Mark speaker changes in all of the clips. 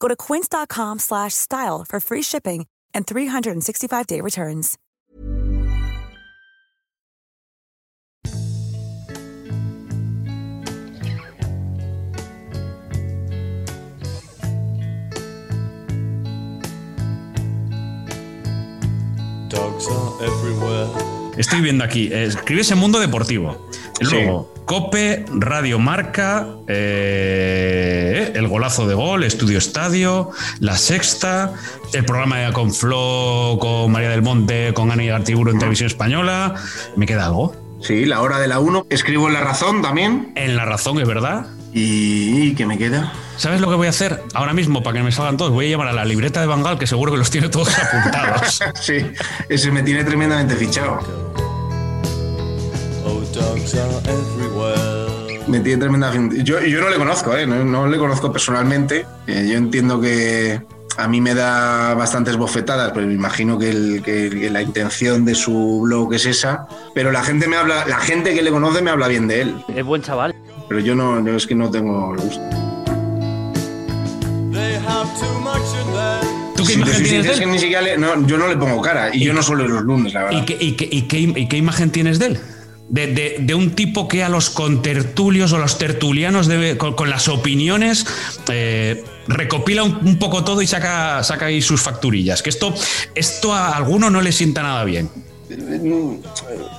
Speaker 1: Go to quince.com slash style for free shipping and 365-day returns.
Speaker 2: Dogs are everywhere.
Speaker 3: Estoy viendo aquí, eh, escribes en Mundo Deportivo. Luego, Cope, Radio Marca, eh, El Golazo de Gol, Estudio Estadio, La Sexta, el programa de con Flo, con María del Monte, con Ana y Artiburo en Televisión Española. ¿Me queda algo?
Speaker 4: Sí, la hora de la 1. Escribo en La Razón también.
Speaker 3: En La Razón, es verdad.
Speaker 4: ¿Y qué me queda?
Speaker 3: ¿Sabes lo que voy a hacer ahora mismo para que me salgan todos? Voy a llamar a la libreta de Bangal, que seguro que los tiene todos apuntados.
Speaker 4: Sí, ese me tiene tremendamente fichado.
Speaker 2: Oh, dogs are everywhere.
Speaker 4: Me tiene tremendamente... Yo, yo no le conozco, ¿eh? no, no le conozco personalmente. Eh, yo entiendo que a mí me da bastantes bofetadas, pero me imagino que, el- que- que la intención de su blog es esa. Pero la gente me habla, la gente que le conoce me habla bien de él.
Speaker 5: Es buen chaval.
Speaker 4: Pero yo no, yo es que no tengo el gusto.
Speaker 2: They have too much in them.
Speaker 3: ¿Tú qué
Speaker 4: Si te
Speaker 3: imagen
Speaker 4: soy
Speaker 3: tienes
Speaker 4: sincero,
Speaker 3: de
Speaker 4: es que
Speaker 3: él?
Speaker 4: ni siquiera le- no, yo no le pongo cara. Y yo no suelo ir los lunes, la verdad.
Speaker 3: ¿Y qué, y qué- y qué- y qué imagen tienes de él? De, de- de un tipo que a los contertulios o los tertulianos debe- con, con las opiniones eh, recopila un, un poco todo y saca, saca ahí sus facturillas. Que esto, esto a alguno no le sienta nada bien.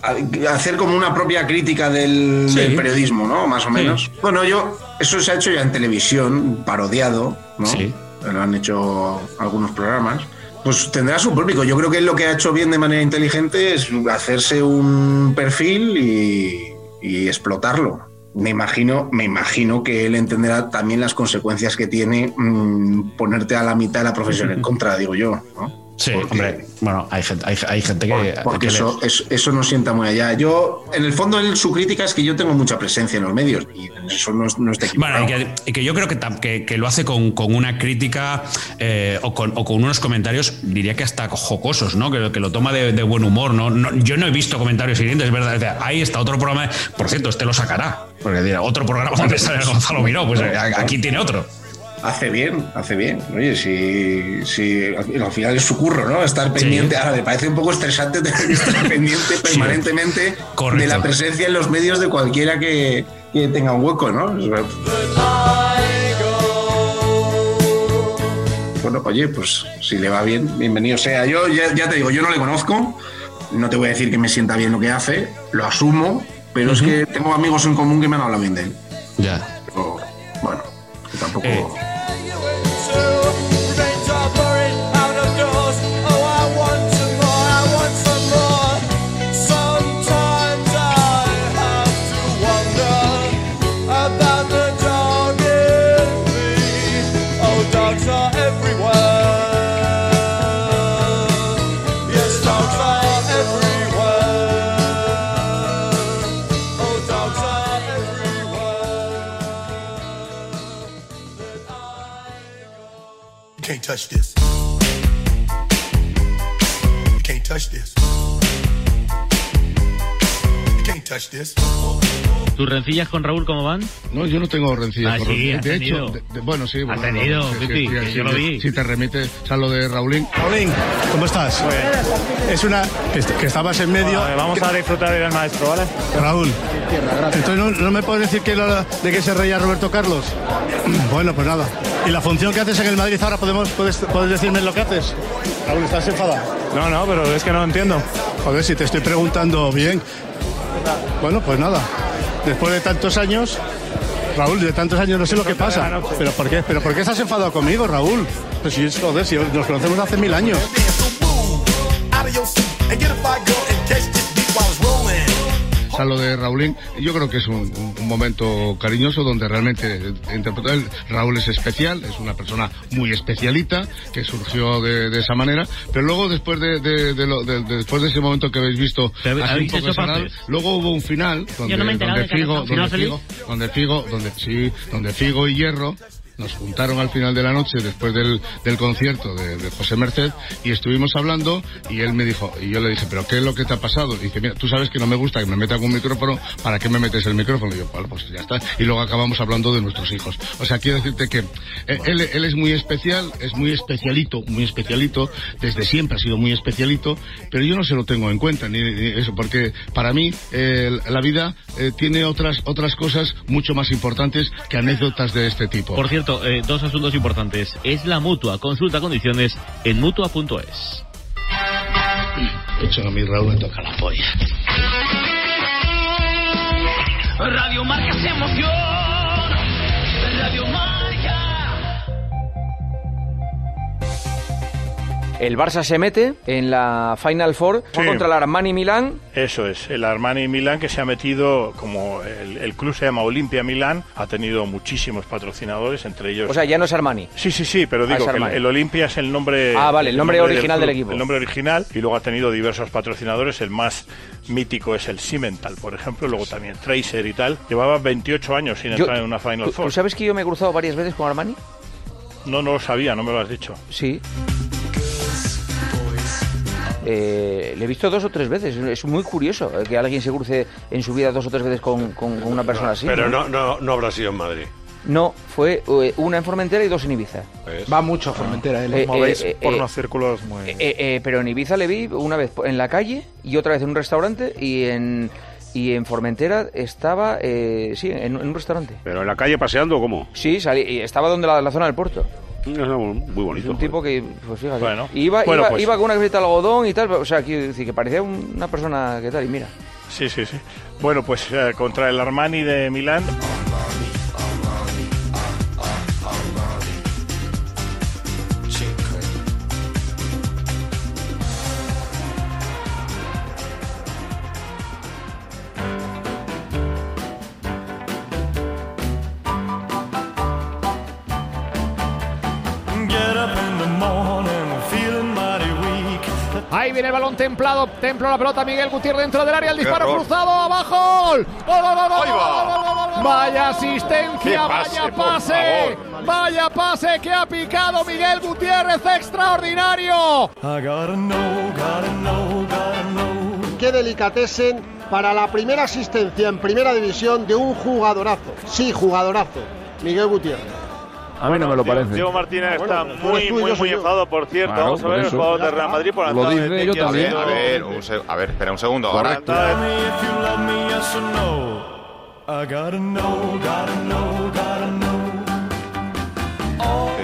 Speaker 4: A- eh, mm, hacer como una propia crítica del,
Speaker 3: Sí.
Speaker 4: del periodismo, ¿no? Más o
Speaker 3: Sí.
Speaker 4: menos. Bueno, yo, eso se ha hecho ya en televisión, parodiado, ¿no?
Speaker 3: Sí.
Speaker 4: Lo han hecho algunos programas. Pues tendrá su público. Yo creo que él lo que ha hecho bien de manera inteligente es hacerse un perfil y, y explotarlo. Me imagino, me imagino que él entenderá también las consecuencias que tiene mm, ponerte a la mitad de la profesión en contra, digo yo, ¿no?
Speaker 3: Sí,
Speaker 4: Porque-
Speaker 3: hombre. Bueno, hay gente, hay, hay gente que.
Speaker 4: por- porque
Speaker 3: que le-
Speaker 4: eso, eso, eso no sienta muy allá. Yo, en el fondo, él, su crítica es que yo tengo mucha presencia en los medios y en eso no, no está
Speaker 3: Bueno,
Speaker 4: equivocado.
Speaker 3: y que, y que yo creo que, tam- que- que lo hace con, con una crítica eh, o, con, o con unos comentarios, diría que hasta jocosos, ¿no? Que, que lo toma de, de buen humor, ¿no? No- Yo no he visto comentarios siguientes, es verdad. O sea, ahí está otro programa. Por cierto, este lo sacará. Porque dirá, otro programa donde sale Gonzalo Miró, pues eh, aquí tiene otro.
Speaker 4: Hace bien, hace bien. Oye, si, si al final es su curro, ¿no? Estar pendiente. Ahora, me parece un poco estresante tener que estar pendiente permanentemente
Speaker 3: Correcto.
Speaker 4: de la presencia en los medios de cualquiera que, que tenga un hueco, ¿no?
Speaker 2: The tiger.
Speaker 4: Bueno, oye, pues si le va bien, bienvenido sea. Yo ya, ya te digo, yo no le conozco, no te voy a decir que me sienta bien lo que hace, lo asumo, pero es que tengo amigos en común que me han hablado bien de él.
Speaker 3: Ya.
Speaker 4: Pero, bueno, que tampoco.
Speaker 3: Eh.
Speaker 2: Two raindrop buried out of doors. Oh, I want some more. I want some more. Sometimes I have to wonder about the dog in me. Oh, dogs are everywhere. Yes, dogs are everywhere. Oh, dogs are everywhere.
Speaker 6: You can't touch this. You can't touch this. You can't touch this.
Speaker 5: ¿Tus rencillas con Raúl cómo van?
Speaker 7: No, yo no tengo rencillas.
Speaker 5: Ah,
Speaker 7: con
Speaker 5: sí,
Speaker 7: Raúl.
Speaker 5: has
Speaker 7: de
Speaker 5: tenido.
Speaker 7: hecho, de- de- bueno, sí. Bueno,
Speaker 5: tenido,
Speaker 7: sí, sí,
Speaker 5: Pipi,
Speaker 7: sí,
Speaker 5: que
Speaker 7: sí,
Speaker 5: yo lo
Speaker 7: sí,
Speaker 5: vi.
Speaker 7: Si te remites a lo de Raulín.
Speaker 8: Paulín, ¿cómo estás? Es una que, est- que estabas en medio.
Speaker 9: Vamos a disfrutar del maestro, ¿vale?
Speaker 8: Raúl, entonces no, no me puedes decir que lo- de qué se reía Roberto Carlos. Bueno, pues nada. ¿Y la función que haces en el Madrid ahora podemos, puedes, puedes decirme lo que haces? ¿Aún estás enfadada?
Speaker 9: No, no, pero es que no entiendo.
Speaker 8: Joder, si te estoy preguntando bien. Bueno, pues nada. Después de tantos años, Raúl, de tantos años no sé lo que pasa. ¿Pero por qué? ¿Pero por qué estás enfadado conmigo, Raúl? Pues si, joder, si nos conocemos hace mil años.
Speaker 10: Out of your seat and get a fire girl and catch this beat while it's rolling.
Speaker 7: O sea, lo de Raulín, yo creo que es un, un- un momento cariñoso donde realmente interpretar Raúl es especial, es una persona muy especialita que surgió de, de esa manera, pero luego después de, de- de lo- de- de- después de ese momento que habéis visto, así
Speaker 3: Pero,
Speaker 7: un
Speaker 3: ¿habéis
Speaker 7: poco
Speaker 3: hecho
Speaker 7: sarral,
Speaker 3: pases?
Speaker 7: luego hubo un final donde,
Speaker 3: no me he enterado
Speaker 7: donde
Speaker 3: de que había
Speaker 7: Figo,
Speaker 3: estado.
Speaker 7: donde
Speaker 3: ¿Final feliz?
Speaker 7: Figo, donde Figo, donde sí, donde Figo y Hierro nos juntaron al final de la noche después del, del concierto de, de José Merced y estuvimos hablando y él me dijo, y yo le dije, pero ¿qué es lo que te ha pasado? Y dice, mira, tú sabes que no me gusta que me metan un micrófono, ¿para qué me metes el micrófono? Y yo, "Bueno, pues ya está. Y luego acabamos hablando de nuestros hijos. O sea, quiero decirte que eh, él, él es muy especial, es muy especialito, muy especialito, desde siempre ha sido muy especialito, pero yo no se lo tengo en cuenta, ni, ni eso, porque para mí eh, la vida eh, tiene otras, otras cosas mucho más importantes que anécdotas de este tipo.
Speaker 3: Por cierto, eh, dos asuntos importantes. Es la mutua. Consulta condiciones en mutua.es.
Speaker 7: De hecho, a mí Raúl me toca la polla.
Speaker 11: Radio Marca se emoción. Radio Marca.
Speaker 12: El Barça se mete en la Final Four
Speaker 9: Sí.
Speaker 12: contra el Armani Milán.
Speaker 9: Eso es, el Armani Milán que se ha metido, como el, el club se llama Olimpia Milán, ha tenido muchísimos patrocinadores, entre ellos...
Speaker 12: O sea, ya no es Armani.
Speaker 9: Sí, sí, sí, pero
Speaker 12: Ah,
Speaker 9: digo
Speaker 12: es
Speaker 9: que el,
Speaker 12: Armani.
Speaker 9: el Olimpia es el nombre...
Speaker 12: Ah, vale, el nombre original del
Speaker 9: club,
Speaker 12: equipo.
Speaker 9: El nombre original, y luego ha tenido diversos patrocinadores, el más mítico es el Cimental, por ejemplo, luego también Tracer y tal. Llevaba 28 años sin
Speaker 12: Yo-
Speaker 9: entrar en una Final
Speaker 12: ¿Tú,
Speaker 9: Four.
Speaker 12: tú sabes que yo me he cruzado varias veces con Armani?
Speaker 9: No, no lo sabía, no me lo has dicho.
Speaker 12: Sí. Eh, le he visto dos o tres veces. Es muy curioso eh, que alguien se cruce en su vida dos o tres veces con, con- con una persona así.
Speaker 13: Pero no, no, no habrá sido en Madrid.
Speaker 12: No, fue eh, una en Formentera y dos en Ibiza.
Speaker 14: Va mucho a Formentera, él.
Speaker 12: Eh,
Speaker 14: Movéis
Speaker 12: eh,
Speaker 14: por
Speaker 12: eh,
Speaker 14: los
Speaker 9: círculos muy...
Speaker 12: Eh, eh, pero en Ibiza le vi una vez en la calle y otra vez en un restaurante y en, y en Formentera estaba, eh, sí, en, un- en un restaurante.
Speaker 13: ¿Pero en la calle paseando o cómo?
Speaker 12: Sí, salí, y estaba donde la, la zona del puerto.
Speaker 13: Muy bonito.
Speaker 12: Un tipo que, pues fíjate,
Speaker 13: Bueno.
Speaker 12: iba,
Speaker 13: Bueno,
Speaker 12: iba,
Speaker 13: pues.
Speaker 12: iba con una camiseta de algodón y tal, o sea, quiero decir que parecía un- una persona que tal, y mira.
Speaker 9: Sí, sí, sí. Bueno, pues eh, contra el Armani de Milán.
Speaker 11: Get up in the morning, feeling mighty weak.
Speaker 2: Ahí viene el balón templado, templo la pelota Miguel Gutiérrez dentro del área, el
Speaker 11: Qué
Speaker 2: disparo
Speaker 11: error.
Speaker 2: cruzado, abajo, gol, gol, gol, gol, gol,
Speaker 11: Ahí va.
Speaker 2: gol, gol, gol, gol. vaya
Speaker 11: Qué
Speaker 2: asistencia,
Speaker 11: pase,
Speaker 2: vaya
Speaker 11: por
Speaker 2: pase, vaya pase que ha picado Miguel Gutiérrez, extraordinario.
Speaker 11: I gotta know, gotta know, gotta know.
Speaker 4: Qué delicatessen para la primera asistencia en primera división de un jugadorazo. Sí, jugadorazo. Miguel Gutiérrez.
Speaker 15: A mí no me lo parece.
Speaker 9: Diego Martínez está
Speaker 4: bueno,
Speaker 9: muy,
Speaker 4: tú, yo
Speaker 9: muy,
Speaker 4: soy
Speaker 9: muy
Speaker 4: yo.
Speaker 9: enfadado, por cierto.
Speaker 15: Claro,
Speaker 9: Vamos a
Speaker 15: por
Speaker 9: ver el
Speaker 15: eso.
Speaker 9: jugador de Real Madrid por
Speaker 15: Lo
Speaker 9: Altada de
Speaker 15: dice, yo
Speaker 9: Tequila.
Speaker 15: también.
Speaker 9: A ver, un
Speaker 16: se- a ver, espera un segundo.
Speaker 9: Por
Speaker 16: ahora.
Speaker 9: altada de-
Speaker 16: Ahora-
Speaker 11: If you love me, yes or no. I gotta know, gotta know, gotta know.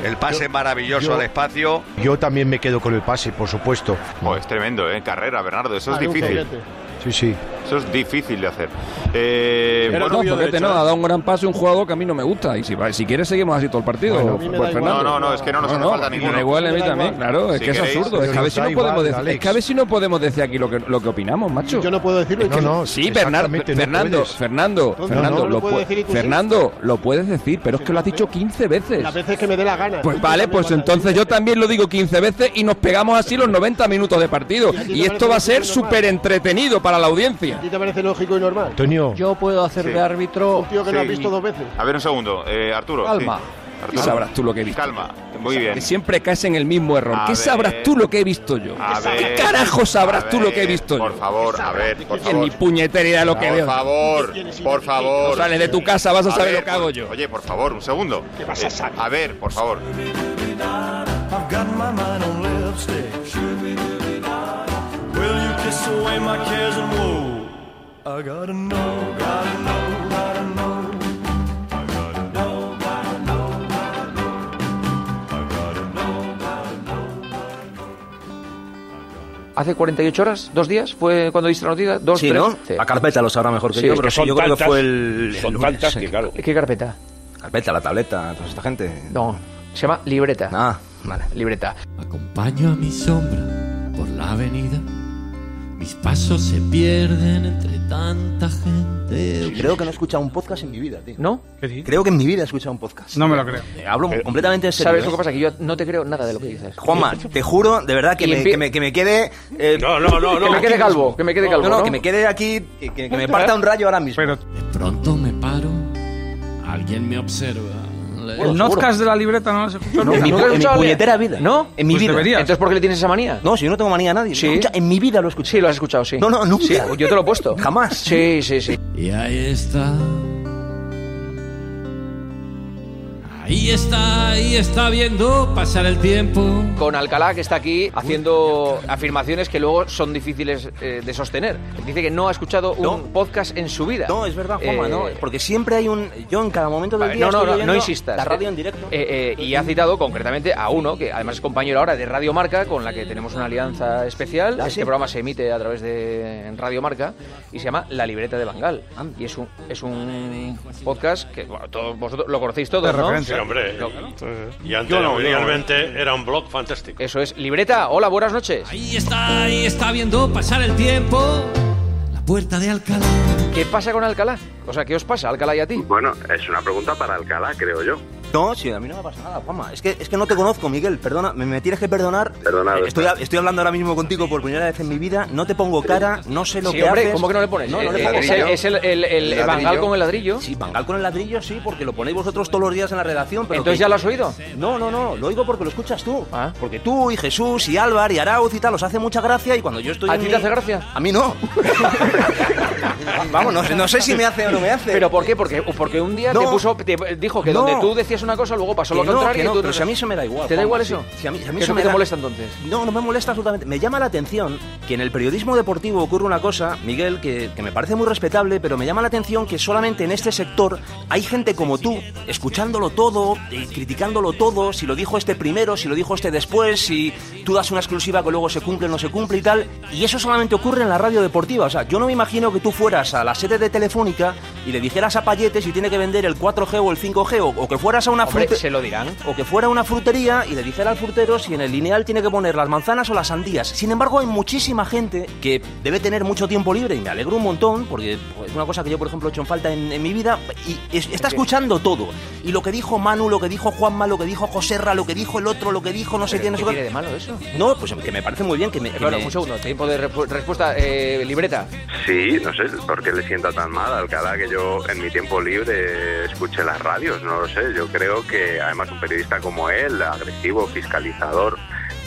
Speaker 17: El pase maravilloso
Speaker 16: yo-
Speaker 17: al espacio.
Speaker 16: Yo también me quedo con el pase, por supuesto.
Speaker 17: Oh, es tremendo, ¿eh? Carrera, Bernardo.
Speaker 18: Ah,
Speaker 17: Eso es
Speaker 16: Vale, un
Speaker 17: difícil.
Speaker 16: doblete. Sí, sí.
Speaker 17: Eso es difícil de hacer. Eh,
Speaker 15: Pero
Speaker 17: bueno,
Speaker 15: no, Zoquete no, ha dado un gran pase un jugador que a mí no me gusta. Y si, va- si quieres, seguimos así todo el partido.
Speaker 17: Bueno, a mí me
Speaker 15: Juan
Speaker 17: da igual.
Speaker 15: Fernando.
Speaker 17: No, no, no, es que no nos hace falta
Speaker 15: me
Speaker 17: ninguno.
Speaker 15: da igual a mí
Speaker 17: Me da
Speaker 15: también,
Speaker 17: igual.
Speaker 15: claro. Es
Speaker 17: Si
Speaker 15: que es
Speaker 17: queréis,
Speaker 15: absurdo. Es que a ver si
Speaker 17: nos da
Speaker 15: no podemos
Speaker 17: igual,
Speaker 15: decir, es
Speaker 17: Alex.
Speaker 15: que a ver si no podemos decir aquí lo que, lo que opinamos, macho.
Speaker 4: Yo no puedo decirlo.
Speaker 15: No, no, sí, Bernardo, Fernando, Fernando,
Speaker 4: Entonces,
Speaker 15: Fernando,
Speaker 4: no, no lo
Speaker 15: lo
Speaker 4: puedes
Speaker 15: pu-
Speaker 4: decir y tú sí.
Speaker 15: Fernando, lo puedes decir, pero es que lo has dicho 15 veces.
Speaker 4: Las veces que me dé la gana.
Speaker 15: Pues vale, pues entonces yo también lo digo 15 veces y nos pegamos así los 90 minutos de partido. Y esto va a ser súper entretenido para la audiencia.
Speaker 4: ¿A ti te parece lógico y normal?
Speaker 15: Antonio.
Speaker 4: Yo puedo hacer
Speaker 17: Sí. de
Speaker 4: árbitro. Un tío que lo has
Speaker 17: Sí.
Speaker 4: visto dos veces.
Speaker 17: A ver, un segundo. Eh, Arturo.
Speaker 15: Calma.
Speaker 17: sí.
Speaker 15: ¿Qué
Speaker 17: Arturo.
Speaker 15: sabrás tú lo que he visto?
Speaker 17: Calma. Muy
Speaker 15: Que
Speaker 17: bien.
Speaker 15: siempre caes en el mismo error.
Speaker 17: A
Speaker 15: ¿Qué
Speaker 17: ver.
Speaker 15: sabrás tú lo que he visto yo?
Speaker 17: A
Speaker 15: ¿Qué
Speaker 17: ver,
Speaker 15: carajo sabrás
Speaker 17: a
Speaker 15: tú lo que he
Speaker 17: ver,
Speaker 15: visto
Speaker 17: Por
Speaker 15: yo?
Speaker 17: favor, a ver, por
Speaker 15: En
Speaker 17: favor.
Speaker 15: mi puñetera idea lo que
Speaker 17: por
Speaker 15: veo.
Speaker 17: favor, por favor.
Speaker 15: No sales de tu casa, vas a saber lo que hago
Speaker 17: yo. Oye, por favor, un segundo. ¿Qué vas a saber? A ver, por favor.
Speaker 11: I've got my mind on lipstick. Will you kiss away my cares and woe? I gotta know, gotta know, gotta know. I gotta know, gotta know, gotta know.
Speaker 12: hace 48 horas, dos días, fue cuando diste la noticia, dos,
Speaker 18: Sí,
Speaker 12: tres.
Speaker 18: ¿no?
Speaker 12: Sí.
Speaker 18: La carpeta lo sabrá mejor que
Speaker 12: Sí,
Speaker 18: yo,
Speaker 12: es que
Speaker 18: pero sí,
Speaker 12: son
Speaker 18: yo creo que
Speaker 12: tantas-
Speaker 18: fue el. el
Speaker 12: son
Speaker 18: lunes.
Speaker 12: tantas que, claro. ¿Qué carpeta?
Speaker 18: Carpeta, la tableta, toda esta gente.
Speaker 12: No, se llama libreta.
Speaker 18: Ah, vale.
Speaker 12: Libreta.
Speaker 19: Acompaño a mi sombra por la avenida. Mis pasos se pierden entre tanta gente.
Speaker 18: Creo que no he escuchado un podcast en mi vida, tío.
Speaker 12: ¿No?
Speaker 18: Creo que en mi vida he escuchado un podcast.
Speaker 12: No me lo creo.
Speaker 18: Eh, Hablo completamente en serio.
Speaker 12: ¿Sabes
Speaker 18: ¿eh?
Speaker 12: lo que pasa? Que yo no te creo nada de lo que dices.
Speaker 18: Juanma, te juro, de verdad, que,
Speaker 12: Y
Speaker 18: me,
Speaker 12: empie-
Speaker 18: que, me, que me quede... eh,
Speaker 12: Que me quede calvo, que me quede calvo.
Speaker 18: No, no,
Speaker 12: ¿no?
Speaker 18: que me quede aquí, que, que- que me parta un rayo ahora mismo.
Speaker 19: Pronto me paro, alguien me observa. Le-
Speaker 20: El notcast de la libreta no lo has escuchado
Speaker 18: No,
Speaker 20: nunca.
Speaker 18: en mi,
Speaker 20: ¿No lo
Speaker 18: en
Speaker 20: has
Speaker 18: mi
Speaker 20: escuchado?
Speaker 18: puñetera vida.
Speaker 20: ¿No?
Speaker 18: En mi
Speaker 20: Pues
Speaker 18: vida.
Speaker 20: deberías.
Speaker 18: Entonces,
Speaker 12: ¿por qué le tienes esa manía?
Speaker 18: No, si yo no tengo manía a nadie.
Speaker 12: Sí.
Speaker 18: Escucha, en mi vida lo he escuchado.
Speaker 12: Sí, lo has escuchado, sí.
Speaker 18: No, no, nunca.
Speaker 12: Sí, yo te lo he puesto.
Speaker 18: Jamás.
Speaker 12: Sí, sí, sí.
Speaker 19: Y ahí está. Ahí está, ahí está viendo pasar el tiempo.
Speaker 12: Con Alcalá, que está aquí haciendo afirmaciones que luego son difíciles eh, de sostener. Dice que no ha escuchado un podcast en su vida.
Speaker 18: No, es verdad, Juanma,
Speaker 12: Eh,
Speaker 18: no. Porque siempre hay un... Yo en cada momento del
Speaker 12: Vale,
Speaker 18: día
Speaker 12: no, no,
Speaker 18: estoy
Speaker 12: no,
Speaker 18: oyendo
Speaker 12: no insistas.
Speaker 18: La radio en directo.
Speaker 12: Eh, eh, y ha citado concretamente a uno, que además es compañero ahora de Radio Marca, con la que tenemos una alianza especial.
Speaker 18: ¿Ah,
Speaker 12: este programa se emite a través de Radio Marca y se llama La Libreta de Bangal. Y es un, es un podcast que bueno, todos vosotros lo conocéis todos, ¿no?
Speaker 17: Sí, hombre. eh,
Speaker 12: Lo-
Speaker 17: Y antes,
Speaker 12: Yo no, yo no.
Speaker 19: eh.
Speaker 17: realmente, era un blog fantástico.
Speaker 12: Eso es. Libreta, hola, buenas noches.
Speaker 19: Ahí está, ahí está viendo pasar el tiempo. La puerta de Alcalá.
Speaker 12: ¿Qué pasa con Alcalá? O sea, ¿qué os pasa, Alcalá y a ti?
Speaker 17: Bueno, es una pregunta para Alcalá, creo yo.
Speaker 18: No, sí, a mí no me pasa nada, Juanma. Es que, es que no te conozco, Miguel. Perdona, me, me tienes que perdonar.
Speaker 17: Perdonad.
Speaker 18: Eh, Estoy, estoy hablando ahora mismo contigo por primera vez en mi vida. No te pongo cara, no sé lo
Speaker 12: Sí,
Speaker 18: que
Speaker 12: hombre,
Speaker 18: haces.
Speaker 12: ¿cómo que no le pones?
Speaker 18: No, no le
Speaker 12: Eh,
Speaker 18: pongo
Speaker 12: es
Speaker 18: cara.
Speaker 12: el- es el- el- el
Speaker 18: Ladrillo.
Speaker 12: Bangal con el ladrillo.
Speaker 18: Sí, Bangal con el ladrillo, sí, porque lo ponéis vosotros todos los días en la redacción. Pero
Speaker 12: ¿Entonces
Speaker 18: que-
Speaker 12: ya lo has oído? Ah.
Speaker 18: No, no, no. Lo oigo porque lo escuchas tú. Porque tú y Jesús y Álvaro y Arauz y tal os hace mucha gracia y cuando yo estoy
Speaker 12: ¿A
Speaker 18: en
Speaker 12: ti
Speaker 18: mi-
Speaker 12: te hace gracia?
Speaker 18: A mí no. Vamos, no, no sé si me hace o no me hace.
Speaker 12: ¿Pero por qué? Porque, porque un día te
Speaker 18: No.
Speaker 12: puso, te dijo que
Speaker 18: No.
Speaker 12: donde tú decías una cosa, luego pasó
Speaker 18: Que
Speaker 12: lo
Speaker 18: no,
Speaker 12: contrario.
Speaker 18: que no,
Speaker 12: y tú-
Speaker 18: pero si a mí eso me da igual.
Speaker 12: ¿Te da
Speaker 18: Juanma,
Speaker 12: igual
Speaker 18: sí.
Speaker 12: eso?
Speaker 18: Si a mí, si a mí
Speaker 12: ¿Qué es
Speaker 18: eso
Speaker 12: lo que
Speaker 18: me
Speaker 12: te
Speaker 18: da-
Speaker 12: molesta entonces?
Speaker 18: No, no me molesta absolutamente. Me llama la atención que en el periodismo deportivo ocurre una cosa, Miguel, que, que me parece muy respetable, pero me llama la atención que solamente en este sector hay gente como tú, escuchándolo todo, eh, criticándolo todo, si lo dijo este primero, si lo dijo este después, si tú das una exclusiva que luego se cumple, no se cumple y tal. Y eso solamente ocurre en la radio deportiva. O sea, yo no me imagino que tú fueras a la sede de Telefónica y le dijeras a Payete si tiene que vender el 4G o el 5G, o, o que fueras a una
Speaker 12: Hombre,
Speaker 18: frute-
Speaker 12: se lo dirán.
Speaker 18: o que fuera una frutería y le dijera al frutero si en el lineal tiene que poner las manzanas o las sandías. Sin embargo, hay muchísima gente que debe tener mucho tiempo libre y me alegro un montón porque pues, es una cosa que yo, por ejemplo, he hecho en falta en, en mi vida y es- está escuchando todo. Y lo que dijo Manu, lo que dijo Juanma, lo que dijo Joserra, lo que dijo el otro, lo que dijo no sé quién, no
Speaker 12: ¿Qué
Speaker 18: sé cuál.
Speaker 12: tiene de malo eso?
Speaker 18: No, pues que me parece muy bien que me... que
Speaker 12: Claro,
Speaker 18: me-
Speaker 12: un segundo, tiempo de repu- respuesta, eh, libreta.
Speaker 17: Sí, no sé por qué le sienta tan mal a Alcalá que yo en mi tiempo libre escuche las radios, no lo sé. Yo creo que además un periodista como él, agresivo, fiscalizador,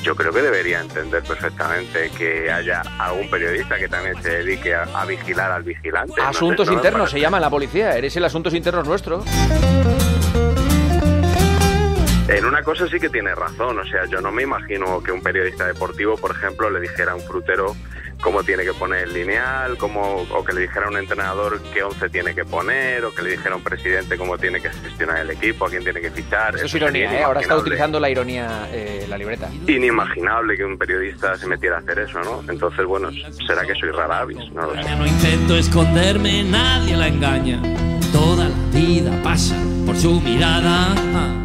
Speaker 17: yo creo que debería entender perfectamente que haya algún periodista que también se dedique a, a vigilar al vigilante. No sé,
Speaker 12: Asuntos
Speaker 17: no me
Speaker 12: internos se llama en la policía, eres el asuntos internos nuestro.
Speaker 17: En una cosa sí que tiene razón, o sea, yo no me imagino que un periodista deportivo, por ejemplo, le dijera a un frutero cómo tiene que poner el lineal, cómo, o que le dijera a un entrenador qué once tiene que poner, o que le dijera a un presidente cómo tiene que gestionar el equipo, a quién tiene que fichar.
Speaker 12: Esto es
Speaker 17: Eso sería
Speaker 12: ironía, ¿eh? ahora está
Speaker 17: inimaginable.
Speaker 12: utilizando la ironía eh, la libreta.
Speaker 17: Inimaginable que un periodista se metiera a hacer eso, ¿no? Entonces, bueno, será que soy rara avis, no lo sé.
Speaker 19: No intento esconderme, nadie la engaña. Toda la vida pasa por su mirada.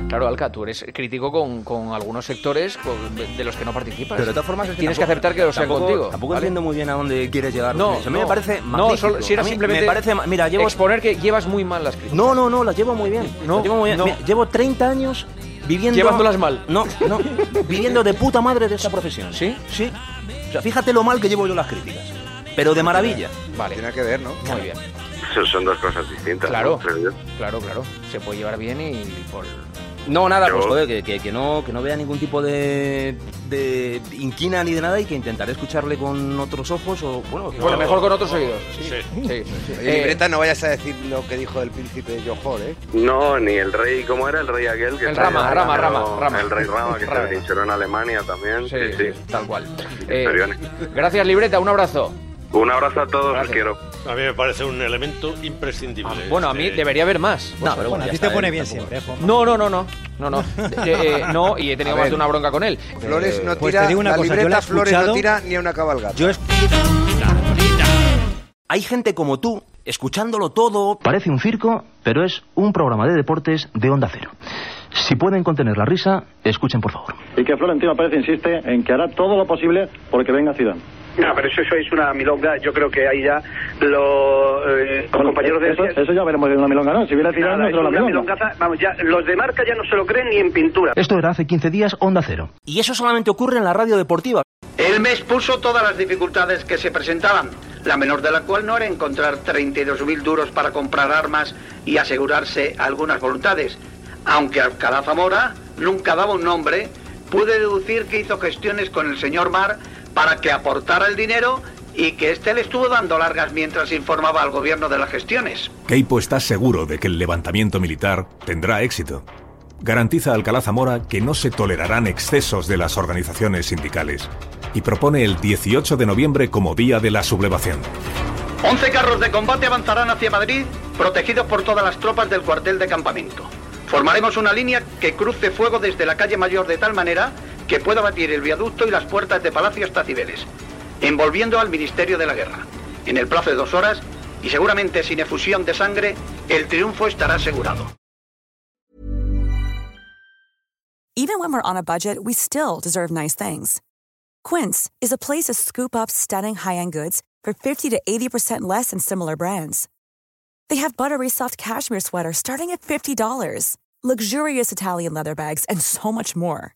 Speaker 12: Claro, Alca, tú eres crítico con, con algunos sectores con- de de los que no participas.
Speaker 18: Pero de todas formas es que
Speaker 12: tienes
Speaker 18: tampoco-
Speaker 12: que aceptar que lo sean
Speaker 18: tampoco-
Speaker 12: contigo.
Speaker 18: Tampoco
Speaker 12: ¿vale?
Speaker 18: entiendo muy bien a dónde quieres llegar.
Speaker 12: No,
Speaker 18: con eso. a mí
Speaker 12: no.
Speaker 18: me parece
Speaker 12: No, solo-
Speaker 18: magnífico.
Speaker 12: si era
Speaker 18: A mí
Speaker 12: simplemente
Speaker 18: me parece, ma- mira, llevo
Speaker 12: exponer que llevas muy mal las críticas.
Speaker 18: No, no, no, las llevo muy bien.
Speaker 12: No,
Speaker 18: Las llevo muy bien.
Speaker 12: no.
Speaker 18: Mira, llevo 30 años viviendo.
Speaker 12: Llevándolas mal.
Speaker 18: No, no. viviendo de puta madre de esta profesión. ¿Sí? Sí. O sea, fíjate lo mal que llevo yo las críticas. Pero de maravilla.
Speaker 12: Vale.
Speaker 18: Tiene que ver, ¿no?
Speaker 12: Muy bien.
Speaker 17: Eso son dos cosas distintas.
Speaker 12: Claro.
Speaker 17: ¿no? Creo yo.
Speaker 12: Claro, claro. Se puede llevar bien y por...
Speaker 18: No, nada,
Speaker 17: Yo-
Speaker 18: pues joder, que, que- que no, que no vea ningún tipo de, de inquina ni de nada y que intentaré escucharle con otros ojos o, bueno... que-
Speaker 12: Bueno, mejor con otros oídos.
Speaker 18: Sí.
Speaker 12: Sí.
Speaker 21: Oye,
Speaker 18: Eh,
Speaker 21: libreta, no vayas a decir lo que dijo el príncipe de Johor, ¿eh?
Speaker 17: No, ni el rey, ¿cómo era el rey aquel? Que
Speaker 21: El
Speaker 17: estaba-
Speaker 21: Rama, Rama,
Speaker 17: no,
Speaker 21: Rama, Rama.
Speaker 17: El rey Rama, que
Speaker 12: Rama.
Speaker 17: se trincheró en Alemania también. Sí, sí.
Speaker 12: Tal cual.
Speaker 17: Historiones.
Speaker 21: Eh,
Speaker 12: Gracias, libreta. Un abrazo.
Speaker 17: Un abrazo a todos, os quiero.
Speaker 22: A mí me parece un elemento imprescindible.
Speaker 12: Ah, Bueno, a mí
Speaker 22: Este,
Speaker 12: debería haber más.
Speaker 22: No, pero bueno, a
Speaker 12: ya
Speaker 22: ti
Speaker 12: está,
Speaker 22: te pone
Speaker 12: ¿eh?
Speaker 22: bien
Speaker 12: Tampoco-
Speaker 22: siempre, ¿eh, Juanma?
Speaker 12: No, no, no, no. No, no. Eh, eh, no, y he tenido
Speaker 21: A
Speaker 12: más
Speaker 21: ver.
Speaker 12: de una bronca con él.
Speaker 21: Flores no tira,
Speaker 12: Pues
Speaker 18: te digo una
Speaker 21: la
Speaker 18: cosa, yo la
Speaker 21: libreta
Speaker 18: he
Speaker 21: Flores no
Speaker 18: escuchado-
Speaker 21: tira ni a una cabalgata.
Speaker 18: Yo es- Hay gente como tú, escuchándolo todo. Parece un circo, pero es un programa de deportes de onda cero. Si pueden contener la risa, escuchen por favor.
Speaker 23: Y que Florentino Pérez insiste en que hará todo lo posible porque venga Zidane.
Speaker 24: No, pero eso, eso es una milonga. Yo creo que ahí ya los, eh, los compañeros de.
Speaker 23: eso, eso ya veremos en una milonga, ¿no? Si viene Zidane,
Speaker 24: Nada,
Speaker 23: no
Speaker 24: es
Speaker 23: será
Speaker 24: una
Speaker 23: una milonga.
Speaker 24: milongaza. Vamos, ya, los de marca ya no se lo creen ni en pintura.
Speaker 18: Esto era hace 15 días Onda Cero. Y eso solamente ocurre en la radio deportiva.
Speaker 24: Él me expuso todas las dificultades que se presentaban, la menor de la cual no era encontrar 32.000 duros para comprar armas y asegurarse algunas voluntades. Aunque Alcalá Zamora nunca daba un nombre, pude deducir que hizo gestiones con el señor Mar para que aportara el dinero y que éste le estuvo dando largas mientras informaba al gobierno de las gestiones.
Speaker 25: Keipo está seguro de que el levantamiento militar tendrá éxito. Garantiza a Alcalá Zamora que no se tolerarán excesos de las organizaciones sindicales y propone el 18 de noviembre como día de la sublevación.
Speaker 24: 11 carros de combate avanzarán hacia Madrid, protegidos por todas las tropas del cuartel de campamento. Formaremos una línea que cruce fuego desde la calle Mayor de tal manera que pueda batir el viaducto y las puertas de Palacio hasta Cibeles, envolviendo al Ministerio de la Guerra. En el plazo de dos horas, y seguramente sin efusión de sangre, el triunfo estará asegurado.
Speaker 1: Even when we're on a budget, we still deserve nice things. Quince is a place to scoop up stunning high-end goods for 50 to 80% less than similar brands. They have buttery soft cashmere sweaters starting at $50, luxurious Italian leather bags, and so much more.